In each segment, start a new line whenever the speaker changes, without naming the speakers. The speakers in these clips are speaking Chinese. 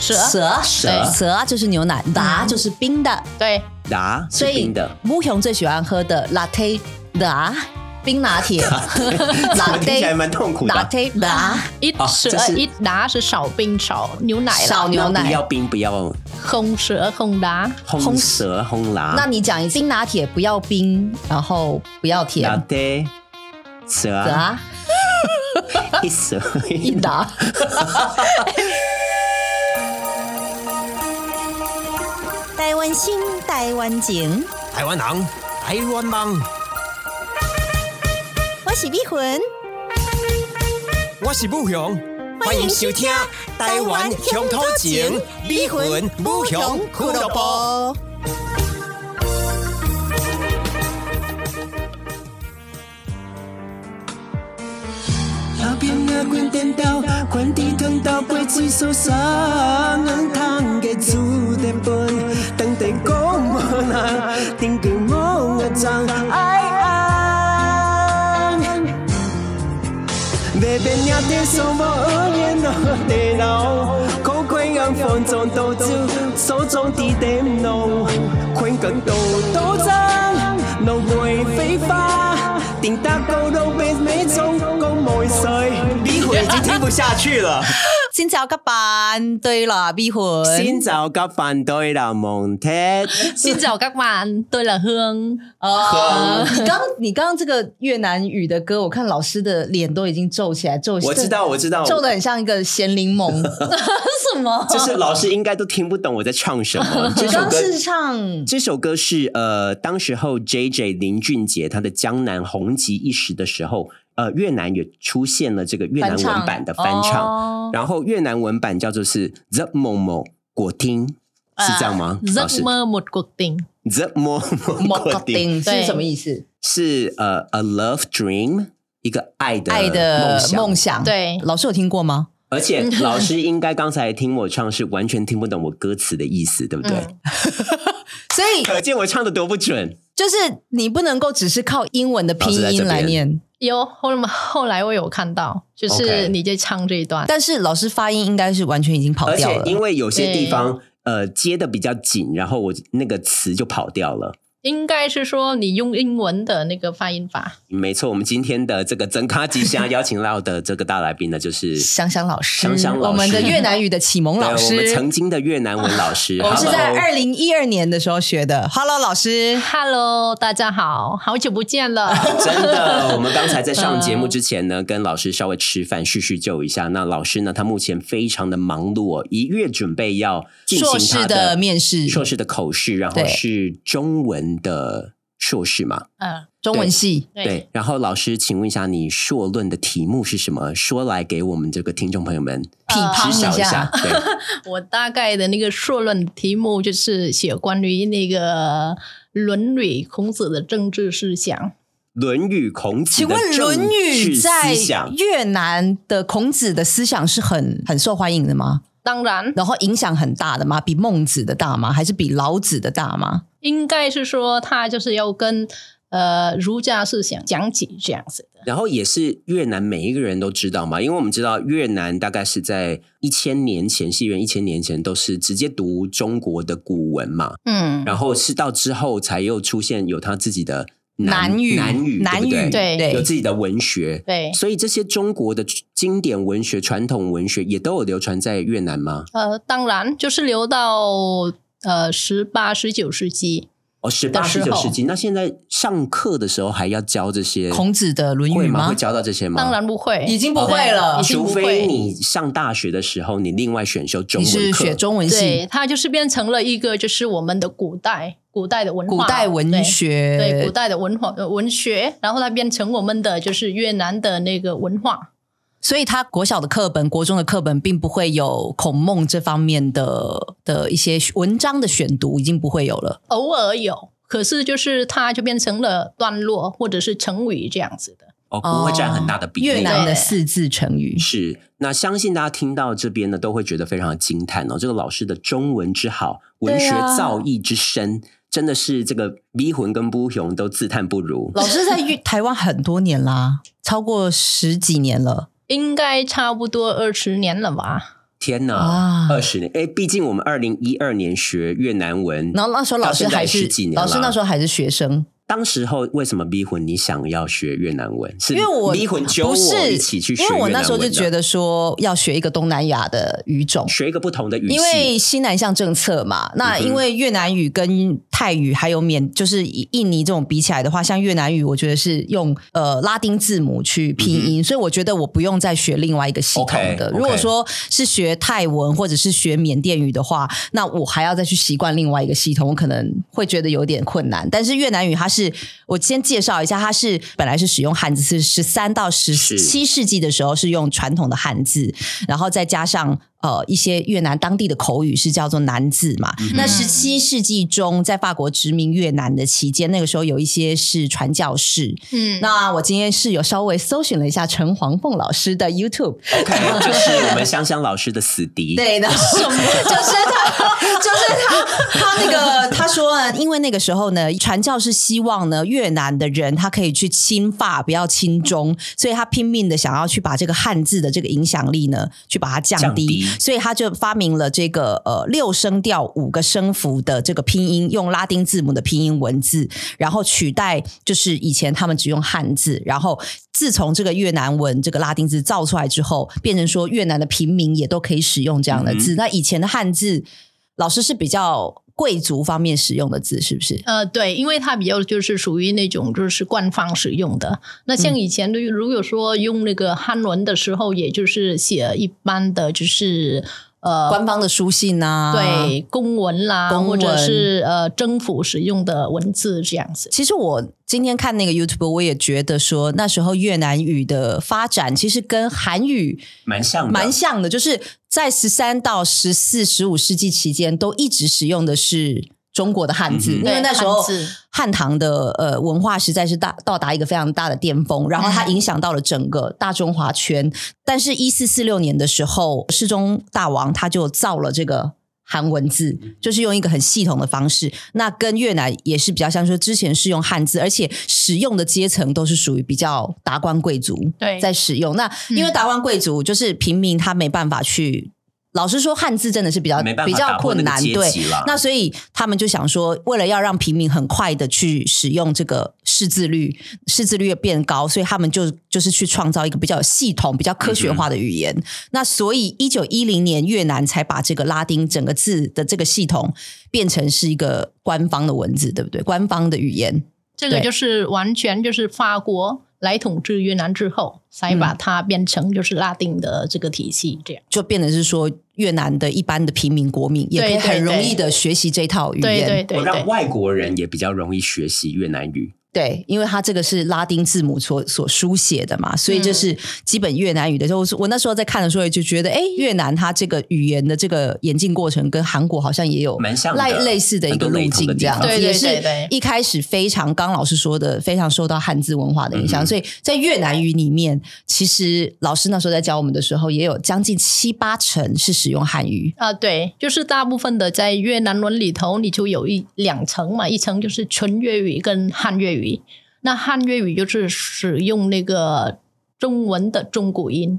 蛇
蛇
对
蛇就是牛奶，达就是冰的，
对，
达是
所以
冰 的，
木雄最喜欢喝的 latte 达冰拿铁
我听起来
，latte
蛮痛苦的。
latte 达
一
哦
蛇
这是
一达是少冰少牛奶啦，
少牛
不
奶。
要冰，不要
空蛇空达，
烘蛇烘拿。
那你讲一次冰拿铁不要冰，然后不要甜
拿的蛇
啊
达
一蛇
一
一
达。台湾心，台湾情，
台湾人，台湾梦，
我是碧魂。
我是武雄，欢迎收听《台湾乡土情》，美魂武雄俱乐部。
河边那滚颠倒，原地烫到过水所沙，硬汤的煮得饭，当地讲无人，顶个无我脏，哎哎。那边鸟的什么恶言恶地闹，可贵人放纵斗志，手中的电脑，困更多斗争，脑内飞花，顶大高楼被美中共没谁，李慧已经听不下去了。
新潮各班，对了，碧魂。
先找个反对了蒙特，
新找các bạn，对了哼，
哦，你刚你刚刚这个越南语的歌，我看老师的脸都已经皱起来，皱
我知道，我知道，
皱的很像一个咸柠檬， 什么？
就是老师应该都听不懂我在唱什么。这
你
首
刚
歌
是唱
这首歌是呃，当时候 J J 林俊杰他的《江南》红极一时的时候，呃，越南也出现了这个越南文版的翻唱，
哦
然后越南文版叫做是 The Mo Mo 果丁，是这样吗？老
giấc
师
mơ một cuộc tình，
The Mo Mo 果丁
丁是什么意思？
是呃 A Love Dream 一个爱的
爱的
梦想。
梦想。，
对，
老师有听过吗？
而且老师应该刚才听我唱是完全听不懂我歌词的意思，对不对？
嗯
所以
可见我唱的多不准。
就是你不能够只是靠英文的拼音来 念，
有后来后来我有看到，就是
OK
你在唱这一段，
但是老师发音应该是完全已经跑
而
掉
且
了。
因为有些地方呃接的比较紧，然后我那个词就跑掉了。
应该是说你用英文的那个发音法，
没错，我们今天的这个增咖吉祥邀请到的这个大来宾呢，就是
香香老师，
香香老师
我们的越南语的启蒙
对
老
我们
师，
曾经的越南文老师。
我们是在
Hello
二零一二年的时候学的。Hello，老师。
Hello，大家好，好久不见了。
真的，我们刚才在上节目之前呢，跟老师稍微吃饭叙叙旧一下。那老师呢，他目前非常的忙碌哦，一月准备要进
硕
行
士
他
的面试，
硕士的口试，然后
对
是中文的硕士嘛？
嗯，
中文系。
对，
对。然后老师，请问一下，你硕论的题目是什么？说来给我们这个听众朋友们
品
知
尝
晓
一
呃一
下
下。 对，
我大概的那个硕论题目就是写关于那个《论语》孔子的政治思想。
《论语》孔子
请
的
问《论
政
语
治》思
在
想
越南的孔子的思想是很很受欢迎的吗？
当然，
然后影响很大的吗？比孟子的大吗？还是比老子的大吗？
应该是说他就是要跟呃儒家思想讲起这样子的。
然后也是越南每一个人都知道嘛，因为我们知道越南大概是在一千年前，西元一千年前都是直接读中国的古文嘛，
嗯，
然后是到之后才又出现有他自己的
南语，
南语，
南
对不
语，
对
有自己的文学。
对，
所以这些中国的经典文学、传统文学也都有流传在越南吗？
呃，当然就是留到呃十八、十九世纪。
哦，十八、
的时
十
候
九世纪。那现在上课的时候还要教这些
孔子的《论
会
语》
吗？
吗
会？教到这些吗？
当然不会，
已经不会了
已经
嗯除
不
非
会。
你上大学的时候，你另外选修中
你
文课。
是学中文
对，
系，
它就是变成了一个就是我们的古代古代的文化，
古代文
对。
学，
对古代的文化呃文学，然后它变成我们的就是越南的那个文化，
所以他国小的课本、国中的课本并不会有孔孟这方面的的一些文章的选读，已经不会有了。
偶尔有，可是就是它就变成了段落或者是成语这样子的。
哦，不会占很大的比例。
哦越南的
对
四字成语
是，那相信大家听到这边呢，都会觉得非常的惊叹哦。这个老师的中文之好，文学
对啊
造诣之深，真的是这个逼魂跟不雄都自叹不如。
老师在越台湾很多年啦，超过十几年了。
应该差不多二十年了吧？
天哪
哇，
二十年！哎，毕竟我们二零一二年学越南文，
然后那时候老师
到现在
还
十
是
几年
老师那时
候，
候还是学生，
当时候为什么逼婚？你想要学越南文，是
因为我
逼婚揪
不
我
是
一起去学
因
越南
为
文的，
我那时候就觉
得
得说要学一个东南亚的语种，
学一个不同的语系，嗯
因为西南向政策嘛，那因为越南语跟泰语还有缅，就是印尼这种比起来的话，像越南语，我觉得是用呃拉丁字母去拼
嗯
音，所以我觉得我不用再学另外一个系统的。
OK，OK
如果说是学泰文或者是学缅甸语的话，那我还要再去习惯另外一个系统，我可能会觉得有点困难。但是越南语它是，我先介绍一下，它是本来是使用汉字是十三到十七世纪的时候是用传统的汉字，然后再加上呃一些越南当地的口语是叫做南字嘛。那十七世纪中，在法国殖民越南的期间，那个时候有一些是传教士。
嗯，
那我今天是有稍微搜寻了一下陈黄凤老师的 YouTube，
OK，就是我们香香老师的死敌。
对的，什么？ 就是他，就是他，他那个他说呢，因为那个时候呢，传教是希望呢越南的人他可以去亲法，不要亲中，所以他拼命的想要去把这个汉字的这个影响力呢，去把它降低，
降低
所以他就发明了这个呃六声调五个声符的这个拼音，用拉丁字母的拼音文字，然后取代就是以前他们只用汉字，然后自从这个越南文这个拉丁字造出来之后，变成说越南的平民也都可以使用这样的字。那以前的汉字，老师是比较贵族方面使用的字，是不是？
呃，对，因为它比较就是属于那种就是官方使用的。那
嗯
像以前的，如果说用那个汉文的时候，也就是写一般的就是呃
官方的书信呐、啊，
对公文啦，
公
或者
文
是呃政府使用的文字这样子。
其实我今天看那个 YouTube，我也觉得说那时候越南语的发展其实跟韩语
蛮像的，
蛮像的，就是在十三到十四、十五世纪期间，都一直使用的是中国的汉字，
嗯
因为那时
对
候
汉字
汉唐的呃文化实在是大到达一个非常大的巅峰，然后它
嗯
影响到了整个大中华圈。但是，一四四六年的时候，世宗大王他就造了这个。韩文字
嗯
就是用一个很系统的方式，那跟越南也是比较像，说之前是用汉字，而且使用的阶层都是属于比较达官贵族，
对
在使用。那
嗯
因为达官贵族就是平民，他没办法去。老实说，汉字真的是比较
没办法
比较
打破那
困
个
难，
阶
对
级啦。
那所以他们就想说，为了要让平民很快的去使用这个识字率，识字率也变高，所以他们就就是去创造一个比较有系统、比较科学化的语言。
嗯
那所以一九一零年越南才把这个拉丁整个字的这个系统变成是一个官方的文字，对不对？官方的语言。
这个
对
就是完全就是法国来统治越南之后，
嗯
才把它变成就是拉丁的这个体系这样。
就变得是说越南的一般的平民国民也可以
对对
很容
对
易的学习这套语言，
对对
我
对
让
对
外国人也比较容易学习越南语。
对因为它这个是拉丁字母所所书写的嘛，所以
嗯
这是基本越南语的。时候，我那时候在看的时候就觉得，哎，越南它这个语言的这个演进过程跟韩国好像也有
蛮像的
类类似的一个路径，这样
很
多雷同的地方对对
也是
对对
一开始非常刚老师说的，非常受到汉字文化的影响，所以在越南语里面，其实老师那时候在教我们的时候，也有将近七八成是使用汉语。
啊、对，就是大部分的在越南文里头，你就有一两层嘛，一层就是纯粤语跟汉粤语。那汉粤语就是使用那个中文的中古音，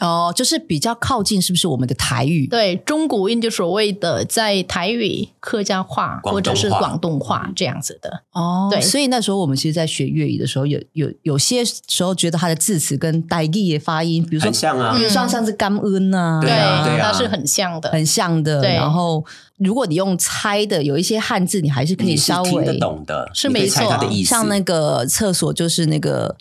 哦，就是比较靠近，是不是我们的台语？
对，中古音就所谓的在台语、客家话
广东话
或者是广东话这样子的。
哦
对
所以那时候我们其实，在学粤语的时候，有有有些时候觉得它的字词跟傣语的发音，比如说
很，像啊
比，如说
嗯
像是感恩啊，
对啊对啊
它是很像的。
很像的。
对
然后，如果你用猜的，有一些汉字你还是可以
你是
稍
听
微
得。懂的，
是
你可以
没
猜
错
他的意思。
像那个厕所就是那个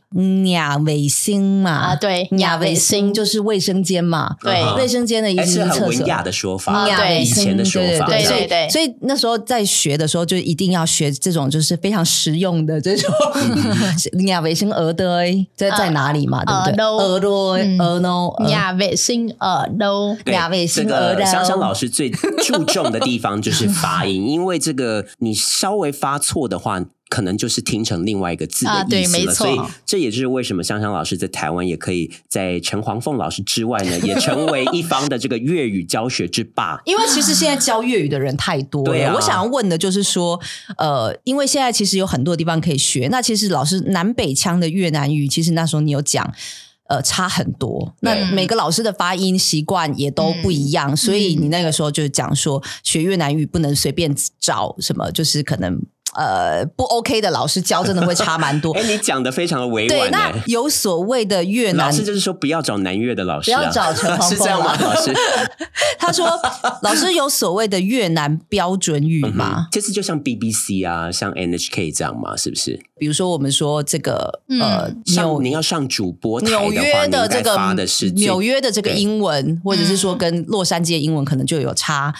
雅卫星嘛，
啊对雅
雅卫星
卫星
就是卫生间嘛，
对
嗯哼
卫生间的意
哎
思
是
是
很
厕
文
所。
雅的说法
啊，对
以前的说法，
嗯对
对
所以
对对
所以那时候在学的时候，就一定要学这种就是非常实用 的这种亚维生俄的在在哪里嘛，对不对？
呃
俄
呃
多
嗯
俄诺
亚卫星呃耳朵，
对
雅卫
这
星鹅
个
的
香香老师最注重的地方就是发音，因为这个你稍微发错的话，可能就是听成另外一个字
啊
的意
对
思
没
了。
错
所以这也就是为什么香香老师在台湾也可以在陈黄凤老师之外呢，也成为一方的这个粤语教学之霸。
因为其实现在教粤语的人太多了，
对啊
我想要问的就是说，呃，因为现在其实有很多地方可以学。那其实老师南北腔的越南语，其实那时候你有讲，呃差很多。那每个老师的发音习惯也都不一
嗯
样，所以你那个时候就讲说，学越南语不能随便找什么，就是可能。呃，不 OK 的老师教真的会差蛮多
哎、。你讲的非常的委
对，
婉、
那
哎。
有所谓的越
老
南
师就是说不要找南越的老师、啊，
不要找陈 黄
是这样吗？
凤
老师，
他说：“老师有所谓的越南标准语吗？
其实嗯就像 BBC 啊，像 NHK 这样嘛，是不是？
比如说，我们说这个、
嗯
呃
像
纽
你要上主播台
纽
话，
约
你应
这
该
个嗯
发的是最
纽约的这个
对
英文，或者是说跟洛杉矶的英文可能就有差，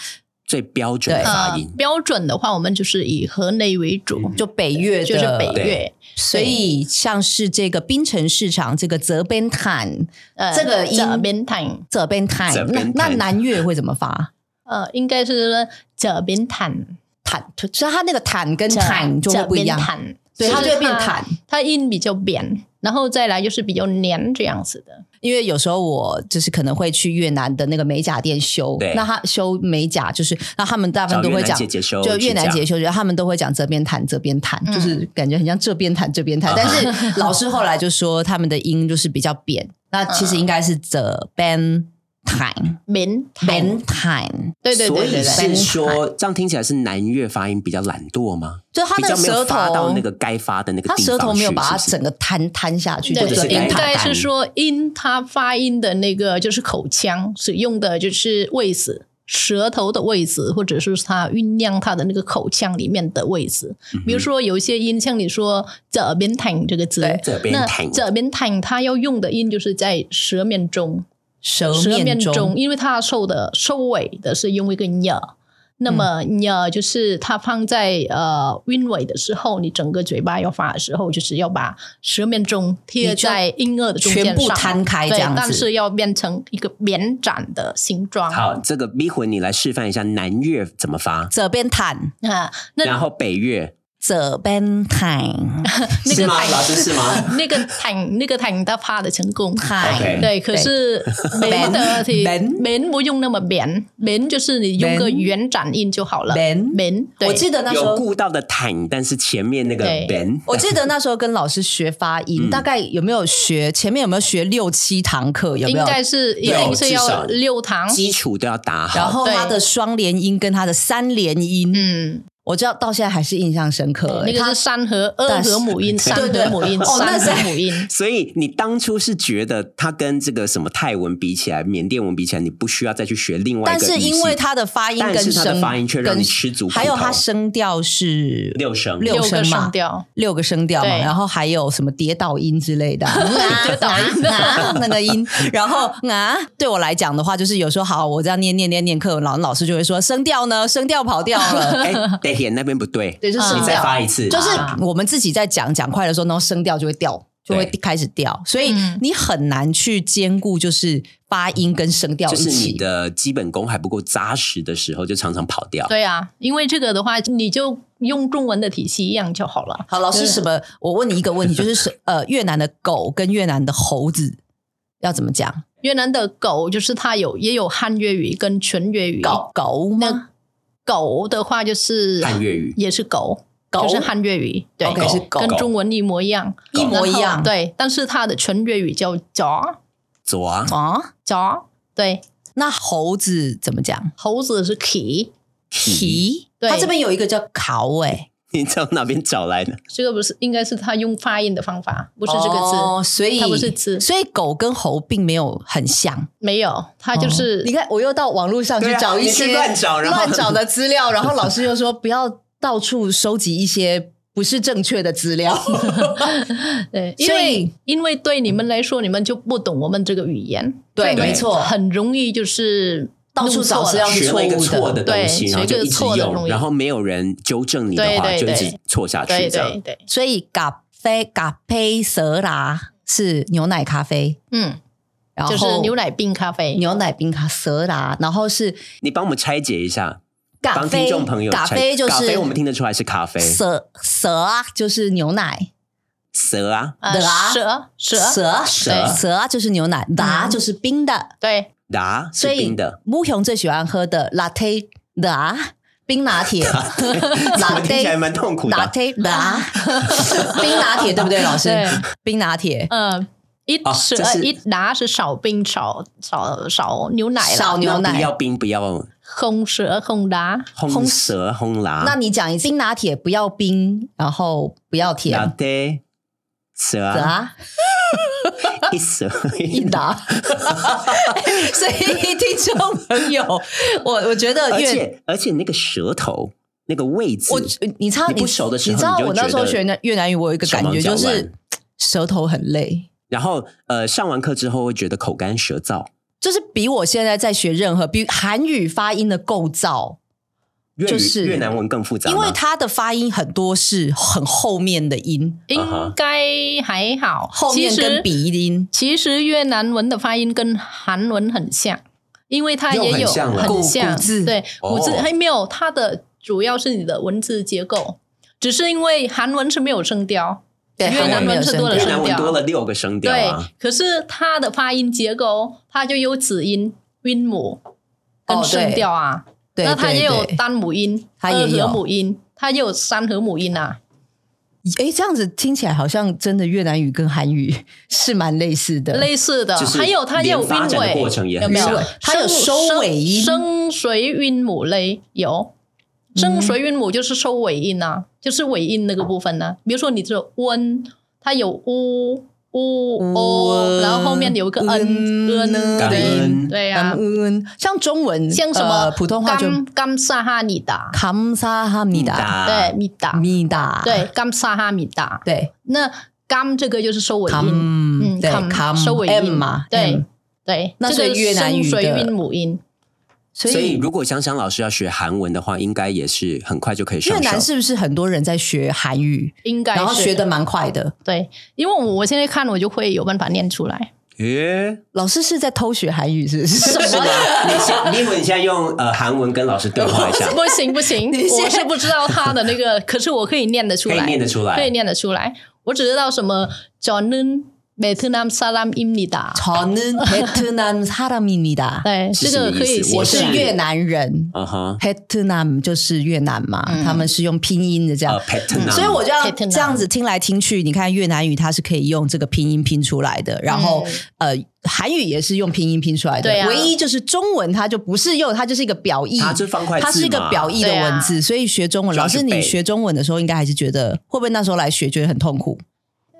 最标准的
对
发
呃
音，。
标准的话，我们就是以河内为主，
嗯
就北越的
就是北
对
越。
所以像是这个槟城市场这个泽边坦
呃，
这个音
这边坦，
泽边坦
泽，
那
边
那
坦
南越会怎么发？
呃，应该是这边坦，
坦，所以它那个坦跟
这
坦就会不一样
这，边坦，
对，它就会变坦。。
它音比较扁，然后再来就是比较黏这样子的。
因为有时候我就是可能会去越南的那个美甲店修
对，
那他修美甲就是，那他们大部分啊都会
找越
讲，
南姐姐修
就越南
指甲
姐修，就他们都会讲这边谈这边谈，
嗯
就是感觉很像这边谈这
啊
边谈。但是老师后来就说他们的音就是比较扁，那其
嗯
实应该是这边谈
边
边
坦，
谈，
对对
所
对
以
对
是
对，
说，这样听起来是南越发音比较懒惰吗？
就是他
比
的
较没
舌
有发到
头
那个该发的那个
他
地方去，
舌头没有把它
是不是
整个摊摊下去，
对
或者
是
是
应
该
该
打
是
蛋
说因它发音的那个就是口腔使用的就是位置。舌头的位置，或者是它酝酿它的那个口腔里面的位置，
嗯
比如说有一些音，像你说“这边弹”这个字
对，
这边
那
弹
这边弹它要用的音就是在舌面中，
舌
舌面
面
中，
中
因为它收的收尾的是用一个呀，那么呀就是它放在呃韵尾的时候，你整个嘴巴要发的时候，就是要把舌面中贴在音腭的中间
全
上，
部摊开这
对
样，
但
子。
是要变成一个扁展的形状。
好，这个逼魂你来示范一下南越怎么发，
这边谈，
啊，
然
那
后北越
这边谈，
那
是
个
吗？
坦
老师是吗？
那 个坦那个坦它发的成功。
谈
OK
对，可 是扁的thì
扁
扁不用那么扁，扁就是你用个
扁
圆展音就好了。
扁
扁，对
我记得那时
有
候，
顾到的坦，但是前面那个
对
ben，
我记得那时候跟老师学发
嗯
音，大概有没有学前面有没有学六七堂课？有没
应
有？
该是一定是
至
要
少
六堂，
基础都要打好。
然后
对
他的双连音跟他的三连音，
嗯，
我知道到现在还是印象深刻。
那个
呃他
是三合二合母音，三
对对
合母音，
哦那
三
是
合母音。
所以你当初是觉得它跟这个什么泰文比起来，缅甸文比起来，你不需要再去学另外一
但
个语系。
是因为欸他的发音
但
跟
是他的
声，
发音却让
跟
你吃足苦头
还有他声调是
六声
六
六个
声嘛
声调，
六个声调嘛，
对
然后还有什么跌倒音之类 的啊，跌倒音啊那个音，然后啊，对我来讲的话，就是有时候好，我这样念念念念课文，老老师就会说声调呢，声调跑调了。
哎，得田那边不 对，
对，就是
嗯
声
你再
调，
发一次，
就是
啊
我们自己在讲讲快的时候，然后声调就会掉，就会
对
开始掉，所以
嗯
你很难去兼顾就是发音跟声调一
就是你
起。
的基本功还不够扎实的时候，就常常跑掉。
对啊，因为这个的话，你就用中文的体系一样就好了。
好，老师，
对
什么？我问你一个 问题，就是是呃，越南的狗跟越南的猴子要怎么讲？
越南的狗就是它有也有汉粤语跟全粤语，
狗狗吗？
那狗的话就是
汉粤语
也是狗。
狗
就是汉粤语，对
OK，是狗
跟中文一模一样，
一模一样
然后对，但是它的全粤语叫脚
左啊，
啊，
脚，对，
那猴子怎么讲？
猴子是 k，
蹄，
对
它这边有一个叫考哎、
你从哪边找来的？
这个不是应该是他用发音的方法，不
不
是这个字，
哦所以
它不是字
所以狗跟猴并没有很像。
没有，他啊就是、
哦你看，我又到网络上去
对啊
找一
你
些
去乱找然后
乱找的资 料，然后老师又说不要到处收集一些不是正确的 资料。
对，因
所以
为因为对你们来说，你们就不懂我们这个语言，
对
对
没错，
很容易就是
到处找资料
弄
学
错
了
了
一个错的东西，
对
然后就一直
学一个错的东
用，
西
然后没有人纠正你的话，
对
就
对
一
对
直错下去
对
这
对
样。
对，
所以咖啡咖啡蛇啦是牛奶咖啡，
嗯，
然后
就是牛奶冰咖啡，
牛奶冰咖蛇啦，然后是
你帮我们拆解一下，
咖
帮
啡
听众朋友拆，
咖啡就是
咖啡，我们听得出来是咖啡。
蛇蛇啊，就是牛奶。
蛇啊，
啊
的啊
蛇嗯蛇，
蛇
蛇
蛇啊就是牛奶，达就是冰的，
对，
达
所
是
以
冰的，
木熊最喜欢喝的 latte 达冰拿铁
怎么 听起来
，latte
蛮痛苦的啊。
latte 达冰拿铁对不对，老师
对？
冰拿铁，
嗯、一
哦
啊
是
这
呃
是
一拿是少冰少少少牛奶啦，
少牛奶
那不要冰，不要
空蛇空拿，
烘蛇烘拉，
那你讲一次，冰拿铁不要冰，然后不要
拿
甜，
的蛇
的
啊，
啊，
一蛇
一 打。所以听众朋友，我我觉得
而
越
且而且那个舌头那个位置
我，你知道
你
你
不熟的时候
你知道
你就
我那
觉
时候
得
学那越南语，我有一个
手
感
忙
觉就
脚
是
乱
舌头很累。
然后呃上完课之后会觉得口干舌燥，
就是比我现在在学任何比韩语发音的构造，
粤语、
就是
越南文更复杂
因
吗，
为它的发音很多是很后面的音，
啊哈
应该还好。
后面
其实
跟鼻音
其实越南文的发音跟韩文很像，因为它
又
也
很
有
像了
古
很像
古字
对
哦
古字还没有它的主要是你的文字结构，只是因为韩文是没有声调，
对
越南文是多了
越
声
南文
调，
多了六个声调
对
啊，，
可是它的发音结构它就有子音、韵母跟
哦对
声调啊，
对
那它
对
也有
对
单母音、
它也
二
有
合母音，它也有三合母音啊。
哎，这样子听起来好像真的越南语跟韩语是蛮类似的。
类似的，
就是
还有它也有
连发
韵
展的
尾，
过程也
有
很
没有
像？
它有
声
收尾音
声随韵母嘞，有
嗯
声随韵母就是收尾音啊，就是尾音那个部分啊呢、比如说你这温，它有呜呜哦，然后后面有一个
嗯
恩恩，
感
对
恩
对啊
感
呀，
恩，嗯像中文，
像什么
呃普通话就
甘甘萨哈米达，
감사합니
你
다，
对米
嗯
达，
米达，
对甘萨哈米达，
对，
那甘这个就是收尾音。
감，
嗯
对
，come，
，kam
收尾
m
音
嘛，
对
M
对，
那
这个
所以越南
声
语
随
的
韵母音，
所
所以，
以
如果香香老师要学韩文的话，应该也是很快就可以上
越
手。
南是不是很多人在学韩语，
应该
然后
是
学的蛮快的？
对，因为我我现在看我就会有办法念出来。
耶，
老师是在偷学韩语，是不是？什么？
你先，你以为你现在用呃韩文跟老师对话一下，
哦
不行不行，
你现
我是不知道他的那个，可是我可以念得出
可以
来，
念得出来
可以。念得出来。我只知道什么 Johnun b e t n a m Salam Imnida，
저는 베트남사람입니다。
对，这
是什么
个
意
可以
思
写
我
出
是
来
越南人，
嗯哼，
베트남就是越南嘛，他们是用拼音的这样
呃。，pattern，
所以我就要
베트남
这样子听来听去，你看越南语它是可以用这个拼音拼出来的，然后、呃韩语也是用拼音拼出来的，
嗯对啊
唯一就是中文它就不是用，它就是一个表意，
它啊就是方块字嘛
它是一个表意的文
啊
字，所以学中文，
就
老
要去
师你
背
学中文的时候应该还是觉得会不会那时候来学觉得很痛苦？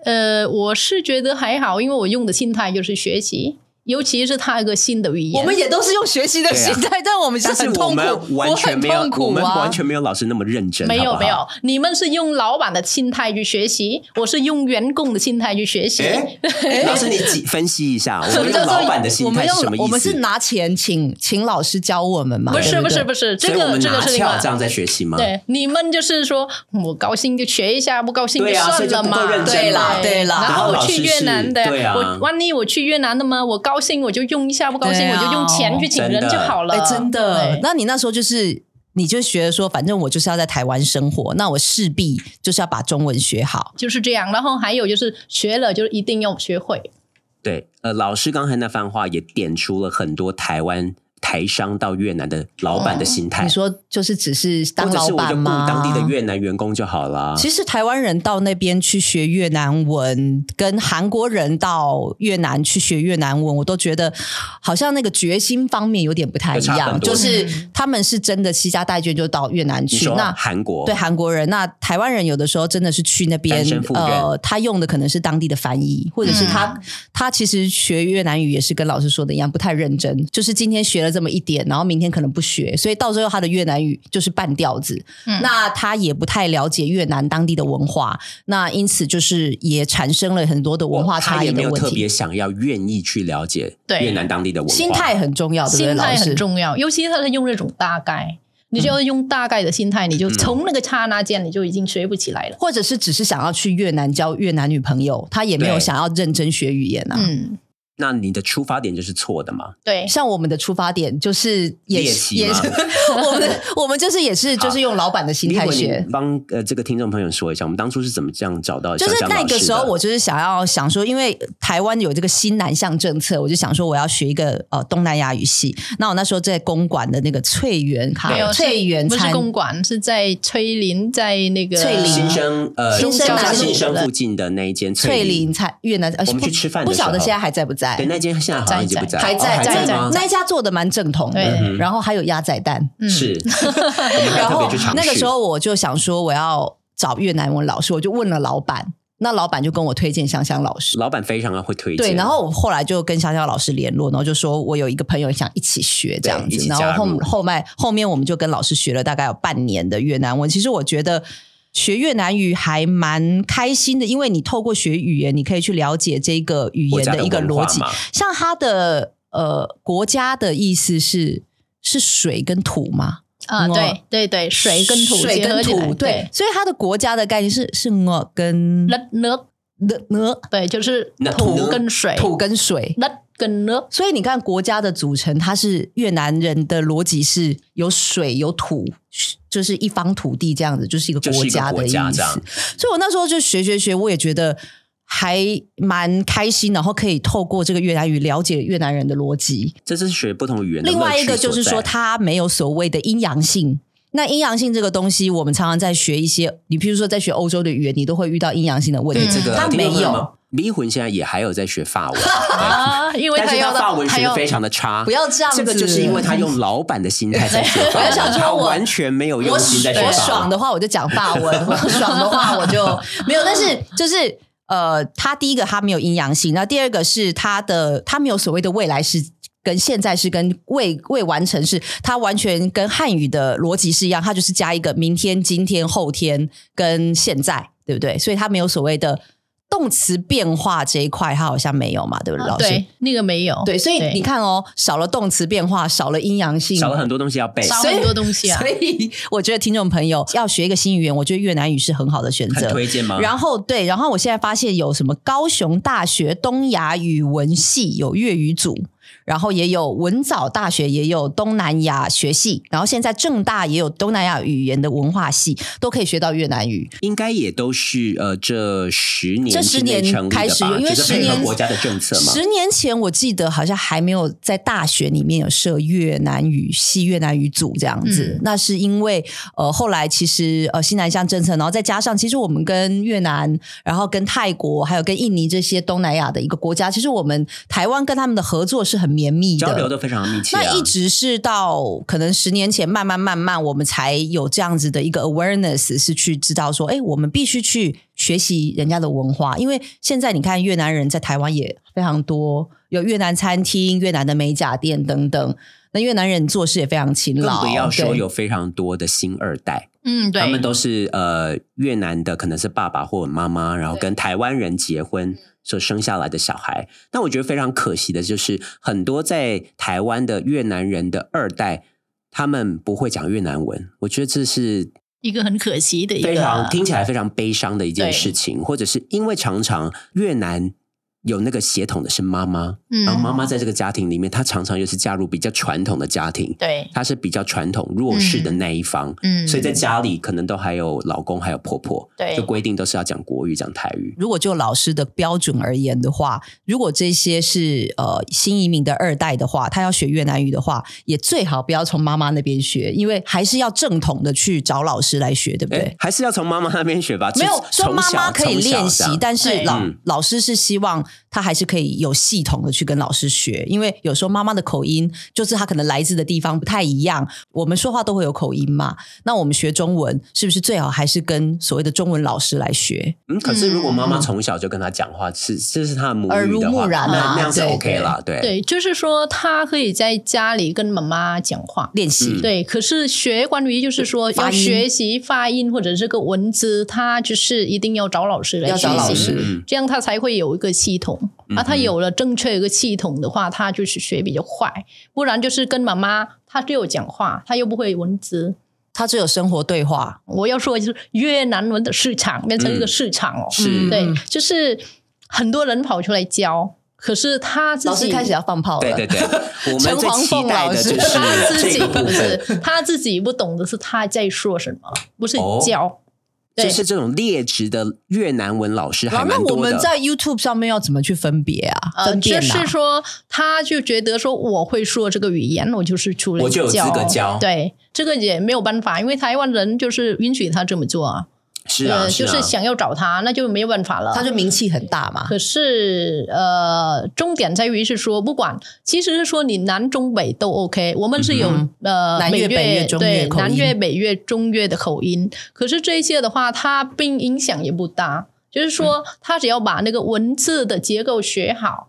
呃，我是觉得还好，因为我用的心态就是学习，尤其是他一个新的语言，
我们也都是用学习的
啊对啊
心态，但我们
但是
很
我
痛苦，
们完全没有，
我很痛
我
苦
们
啊，
完全没有老师那么认真，
没
好
有
不好
没有，你们是用老板的心态去学习，我是用员工的心态去学习。
诶老师，你几分析一下，我
什么
们
叫
用
做
老板的心
我们
态是
用
什么意思？
我们是拿钱请请老师教我们嘛？
不
对
是不
对
是不是，这
所以我
个
们
这
拿
个是另外
翘啊这样在学习吗？，
对，你们就是说我高兴就学一下，不高兴
对啊
算了
所以就不
嘛
够。认真
对啦对啦
然后
然后
我
老师
去越南的，
是对啊
我万一我去越南的嘛，我高兴我就用一下，不高兴
对
我
啊
就用钱去请人就好了。
哎，真的
对。
那你那时候就是。你就学说，反正我就是要在台湾生活，那我势必就是要把中文学好。
就是这样。然后还有就是学了就一定要学会。
对，呃，老师刚才那番话也点出了很多台湾台商到越南的老板的心态。
你说就是只是
哎或
当
者
老
是我就
板
雇
吗？
当地的越南员工就好啊啦。
其实台湾人到那边去学越南文，跟韩国人到越南去学越南文，我都觉得好像那个决心方面有点不太一
有差
样。
很多
就是他们是真的携家带眷就到越南
你
去，
说
那
韩国
对韩国人，那台湾人有的时候真的是去那边
单身，赴约
呃，他用的可能是当地的翻译，或者是他、他其实学越南语也是跟老师说的一样，不太认真，就是今天学了这么一点，然后明天可能不学，所以到最后他的越南语就是半吊子。那他也不太了解越南当地的文化，那因此就是也产生了很多的文化
他
差
也
异
没
的
有
问
特
题
别。想要愿意去了解
对
越南当地的文化，
心态很重啊要，对不对，
心
老嗯
态
师
很？重要，尤其他是用那种大概，你就要用大概的心态，你就
嗯
从那个刹那间你就已经学不起来了。
或者是只是想要去越南交越南女朋友，他也没有
对
想要认真学语言啊。
嗯，
那你的出发点就是错的嘛？
对，
像我们的出发点就是也
猎
是
奇
也
吗
是我们的我们就是也是就是用老板的心
李
态
慧，你
学。
帮呃这个听众朋友说一下，我们当初是怎么这样找到
就是
江江
那
老
个
师
时候，
的
我就是想要想说，因为台湾有这个新南向政策，我就想说我要学一个呃东南亚语系。那我那时候在公馆的那个翠园咖
哦
没有是
翠园
不是
餐
公馆，是在翠林，在那个
翠林
新生呃
嗯新生
中山
南路
新生
的
附近的那一间
翠
林
林，菜越南，呃
我们
不
去吃饭的
不晓得
时候
现在还在不在？
对那间现在好像已经不
在
了
还
哦
在在
在
在
吗？
那一家做的蛮正统
对
的，然后还有鸭仔蛋，
嗯
嗯是，我们还
然
特
后
别去尝试。
那个时候我就想说我要找越南文老师，我就问了老板，那老板就跟我推荐香香老师。
老板非常的会推荐，
对，然后我后来就跟香香老师联络，然后就说我有一个朋友想一起学这样
对一
子，
起
然
加
后后
入
后面后面我们就跟老师学了大概有半年的越南文。其实我觉得学越南语还蛮开心的，因为你透过学语言，你可以去了解这个语
国
言
家
的一个
文化
逻辑
嘛。
像它的呃国家的意思是是水跟土吗？
啊，
我
对对对，水跟土
水
结合
跟
起来嗯
土，对，，所以它的国家的概念是是我跟
đất nước
的呢
对，就是
那
土
土
跟水，
土跟水。
đất 跟 nước
所以你看国家的组成，它是越南人的逻辑是有水有土，就是一方土地这样子，就是一个
就是
国
一个
家
国
的意
家这
思
样。
所以我那时候就学学学，我也觉得还蛮开心，然后可以透过这个越南语了解越南人的逻辑。
这是学不同语言的乐趣
另
所在。
外一个就是说，它没有所谓的阴阳性。那阴阳性这个东西，我们常常在学一些，你譬如说在学欧洲的语言，你都会遇到阴阳性的问题。
对这个
它
听
没
众朋友
有，
们。迷魂现在也还有在学法 文，对
啊，因为
但是
要
他法文
他
学的
要
非常的差。
不要这样子。
这个就是因为他用老板的心 态在学法
我
文，
就想说
他
我
完全没有用
我
心在学
我
法
爽
文。
的话我就讲法文， 我爽的话我就没有。但是就是呃，它第一个它没有阴阳性，然后第二个是它的它没有所谓的未来式。跟现在式跟未未完成式，它完全跟汉语的逻辑是一样，它就是加一个明天、今天、后天跟现在，对不对？所以它没有所谓的动词变化这一块，它好像没有嘛，对不
啊
对，老师？
对那个没有，
啊对，所以你看哦，少了动词变化，少了阴阳性，
少了很多东西要背，
少
所以
很多东西啊
所，以我觉得听众朋友 要学一个新语言，我觉得越南语是很好的选
很
择。
推荐吗？
然后对，然后我现在发现有什么高雄大学东亚语文系有粤语组，然后也有文藻大学也有东南亚学系，然后现在正大也有东南亚语言的文化系，都可以学到越南语。
应该也都是呃这十年
这十
之内
年
成立的
开始
吧
有因为
就是
十
配合
年
国家的政策嘛。
十年前我记得好像还没有在大学里面有设越南语系、越南语组这样子。
嗯
那是因为呃，后来其实呃新南向政策，然后再加上其实我们跟越南，然后跟泰国，还有跟印尼这些东南亚的一个国家，其实我们台湾跟他们的合作是很绵密的，
交流都非常密切、啊，
那一直是到可能十年前，慢慢慢慢，我们才有这样子的一个 awareness，是去知道说，哎，我们必须去学习人家的文化，因为现在你看越南人在台湾也非常多，有越南餐厅、越南的美甲店等等。那越南人做事也非常勤
更
劳，
不要说
对
有非常多的新二代，
嗯，对，
他们都是呃越南的，可能是爸爸或妈妈，然后跟台湾人结
嗯
婚所生下来的小孩。但我觉得非常可惜的就是，很多在台湾的越南人的二代，他们不会讲越南文。我觉得这是
一个很可惜的一个啊
非常听起来非常悲伤的一件
对
事情，或者是因为常常越南。有那个血统的是妈妈，然
嗯，
后妈妈在这个家庭里面，她常常又是嫁入比较传统的家庭，
对，
她是比较传统弱势的那一方，
嗯，
所以在家里可能都还有老公，还有婆婆，
对
就规定都是要讲国语、讲台语。
如果就老师的标准而言的话，如果这些是呃新移民的二代的话，他要学越南语的话，也最好不要从妈妈那边学，因为还是要正统的去找老师来学，对不
哎
对？，
还是要从妈妈那边学吧。
没有
就是
说
从
妈
小
妈可以
从小
练
这
习
样，
但是
对
老、
嗯
老师是希望他还是可以有系统的去跟老师学，因为有时候妈妈的口音就是她可能来自的地方不太一样，我们说话都会有口音嘛。那我们学中文是不是最好还是跟所谓的中文老师来学？
嗯，可是如果妈妈从小就跟她讲话，是这是她的母
耳
语
濡
的话，
目染
那
啊
那样是
对
OK 啦。对，
对，就是说他可以在家里跟妈妈讲话。
练习、
嗯
对，可是学关于就是说要
发音
学习发音或者这个文字，他就是一定要找老师来
要找
学习
老师嗯
嗯
这样他才会有一个系统。啊，他有了正确一个系统的话，他就是学比较快，不然就是跟妈妈，他只有讲话，他又不会文字。
他只有生活对话，
我要说的就是越南文的
嗯
市场变成一个市场哦，
是
对，就是很多人跑出来教，可是他自
老师
己
开始要放炮了，
对对对， 我
陈
们最
黄
期
凤
待
老
的
师
就
他
是
自
这
己
个部
不
分，
是他自己不懂的是他在说什么，不是
哦
教。对
就是这种劣质的越南文老师
然
还
后那
蛮
我
多
们
的。
在 YouTube 上面要怎么去分别啊？
呃，
分
就
辨啊？
是说，他就觉得说我会说这个语言，我就是出来
我就有资格教
对，这个也没有办法，因为台湾人就是允许他这么做啊。
是啊，
呃，
是
就
啊
是想要找他，那就没有办法了。
他就名气很大嘛。
可是呃，重点在于是说，不管其实是说你南中北都 OK，我们是有、
嗯
呃
南
美
越北越中越
对
口
南
音
越、北越、中越的口音。可是这些的话，它并影响也不大，就是
嗯
说，他只要把那个文字的结构学好。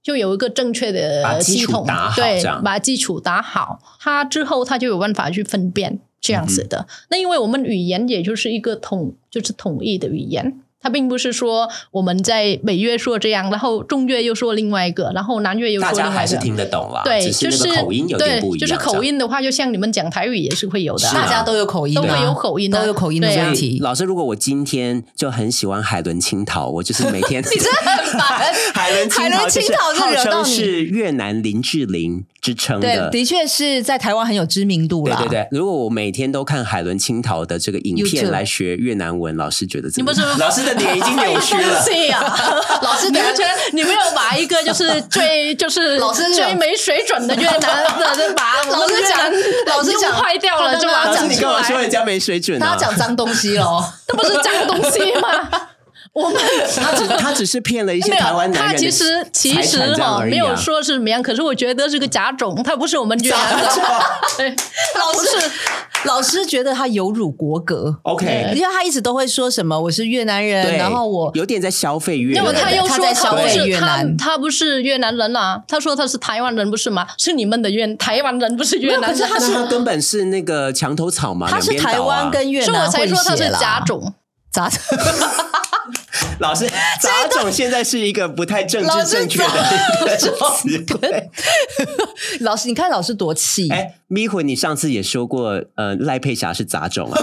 就有一个正确
把
的
基
系
础
统，
打好
对
这样，
把基础打好，他之后他就有办法去分辨这
嗯
样子的。那因为我们语言也就是一个统，就是统一的语言，它并不是说我们在北越说这样，然后中越又说另外一个，然后南越又
大
说另
家
外
还
一
是
个。
听得懂啦，
对，就
只那
是
个口音有点
对
不一样，
就是口音的话，就像你们讲台语也是会有的啊，
是啊
大家都有口音、啊，
都会有口音啊，
都有口音的
对啊
问题。
老师，如果我今天就很喜欢海伦青桃，我就是每 天。
你真的很烦
海伦青
海
桃
伦
就
青
是
桃就
号
惹到
称
你。
是越南林志玲之称
对，
的。
的确是在台湾很有知名度
对
啦。
对 对，如果我每天都看海伦青桃的这个影
YouTube
片来学越南文，老师觉得怎么
你不
样？
是
老师的脸已经扭曲了。
对呀、 老师，啊你们觉得你没有把一个就是最 就是
老师是
最没水准的越南的把
老师讲老师讲
坏掉了，
他
就
刚
把
刚
它讲
老师，你
出
干嘛说
来，
人家没水准
他
啊
要？讲脏东西喽，
这不是脏东西吗？我们
他只他只是骗了一些
没
台湾
有，
男
他
人
其
的
实其实
财产这样
哈
而已啊
没有说是怎么样，可是我觉得是个假种，他不是我们越南的，对，
老师老师觉得他有辱国格，
OK，
因为他一直都会说什么我是越南人，
对，
然后我
有点在消费
因
越南
为他又
他
说
在
他
消
不
费
是
越
他
南
他不是越南人啊，他说他是台湾人不是吗？是你们的越台湾人不是越南人，
没有可是他
那他根本是那个墙头草嘛，
他是
两边
台
倒啊
湾跟越
所以我
南
才
混血
说
啦。
他是假种。
杂
老师，杂种现在是一个不太政治正确的一个 词汇。
老师，你看老师多气，
哎，咪混，你上次也说过，呃，赖佩霞是杂种 啊？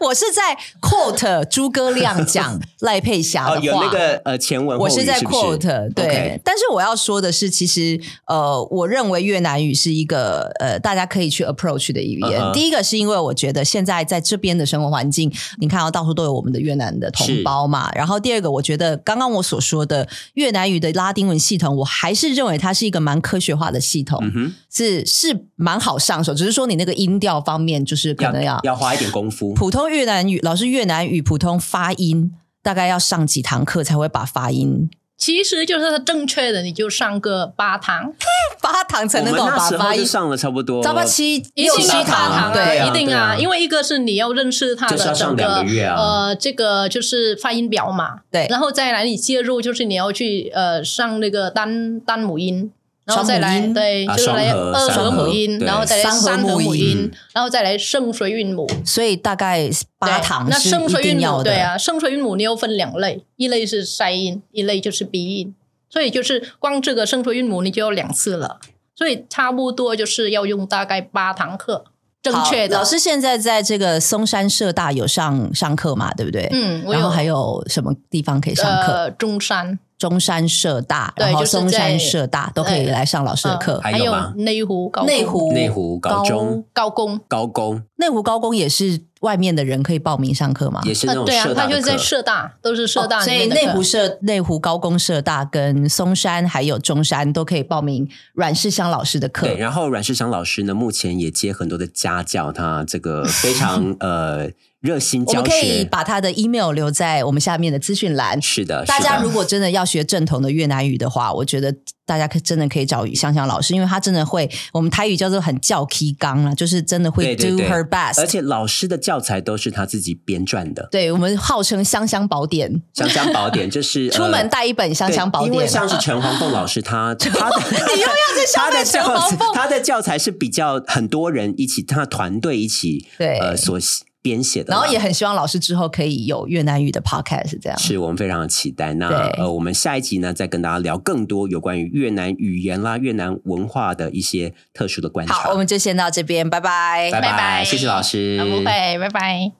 我是在 quote 诸葛亮讲赖佩霞的
哦，
话。
有那个呃前文后
我
语，
是在
是不是
quote 对
OK
但是我要说的是，其实呃，我认为越南语是一个呃大家可以去 approach 的语言。
嗯哼
第一个是因为我觉得现在在这边的生活环境，你看到到处都有我们的越南的同胞嘛。然后第二个，我觉得刚刚我所说的越南语的拉丁文系统，我还是认为它是一个蛮科学化的系统，
嗯哼，
是是蛮好上手，只是说你那个音调方面就是可能
要要花一点功夫。
普通越南语，老师越南语普通发音大概要上几堂课才会把发音
其实就是它正确的，你就上个八堂，
八堂才
我
能
们
够
那
把
时
发
候就
音，
上了差不多，
差不多七
一
六
定
七
要八
堂
堂
啊
对
对啊
一定
对啊
因为一个是你要认识它
就是要
的
上
整
两个
个
月啊
呃，这个就是发音表嘛，
对
然后再来你介入就是你要去呃上那个单单母音。然后再来
双母音
对，
啊
就是来
双和
二
三
合
和
母音，
对
然后再来
三和
三
母
和母
音
音，然后再来圣水韵母。
所以大概八
对
堂
那
是
圣水
一
韵
定
母
要的。
对啊，圣水韵母你又分两类，一类是塞音，一类就是鼻音，所以就是光这个圣水韵母你就要两次了，所以差不多就是要用大概八堂课，正确的
好老师现在在这个松山社大有上上课嘛？对不对？
嗯，我
然后
有
还有什么地方可以上课？
呃中山
中山社大，
对
然后
就是
松山
在
社大都可以
对
来上老师的
嗯
课。
还
还
有
有
吗
内湖高工
内湖
内湖高中
高工。
高工
内湖高工也是外面的人可以报名上课吗？
也是那
呃，
种
对啊
社，大
他
的
就在
课
社大，都是社大
哦
里
所以
面的课、
内湖社、内湖高工社大跟松山还有中山都可以报名阮世香老师的课
对，。然后阮世祥老师呢，目前也接很多的家教，他这个非 常呃热心
我们
教
可以
学。
把他的 email 留在我们下面的资讯栏。
是的，
大家
是的
如果真的要学正统的越南语的话，我觉得大家可真的可以找香香老师，因为他真的会我们台语叫做很叫 key 刚啦，就是真的会
对对
do
对
her
而
best。
且老师的教材都是他自己编撰的，
对我们号称香香 宝典，
《香香宝 典》就是呃
出门带一本香香宝
对因为
典。
像是陈黄凤老师 他他的
你又要再消
他
费
的
陈
教
黄
材
凤
他的教材是比较很多人一起，他团队一起
对
呃所编写的
然
啦，
后也很希望老师之后可以有越南语的 podcast 这样。
是我们非常期待。那
对
呃，我们下一集呢，再跟大家聊更多有关于越南语言啦、越南文化的一些特殊的观察。
好，我们就先到这边，拜拜。
拜
拜拜
谢谢老师，
啊不会，拜拜。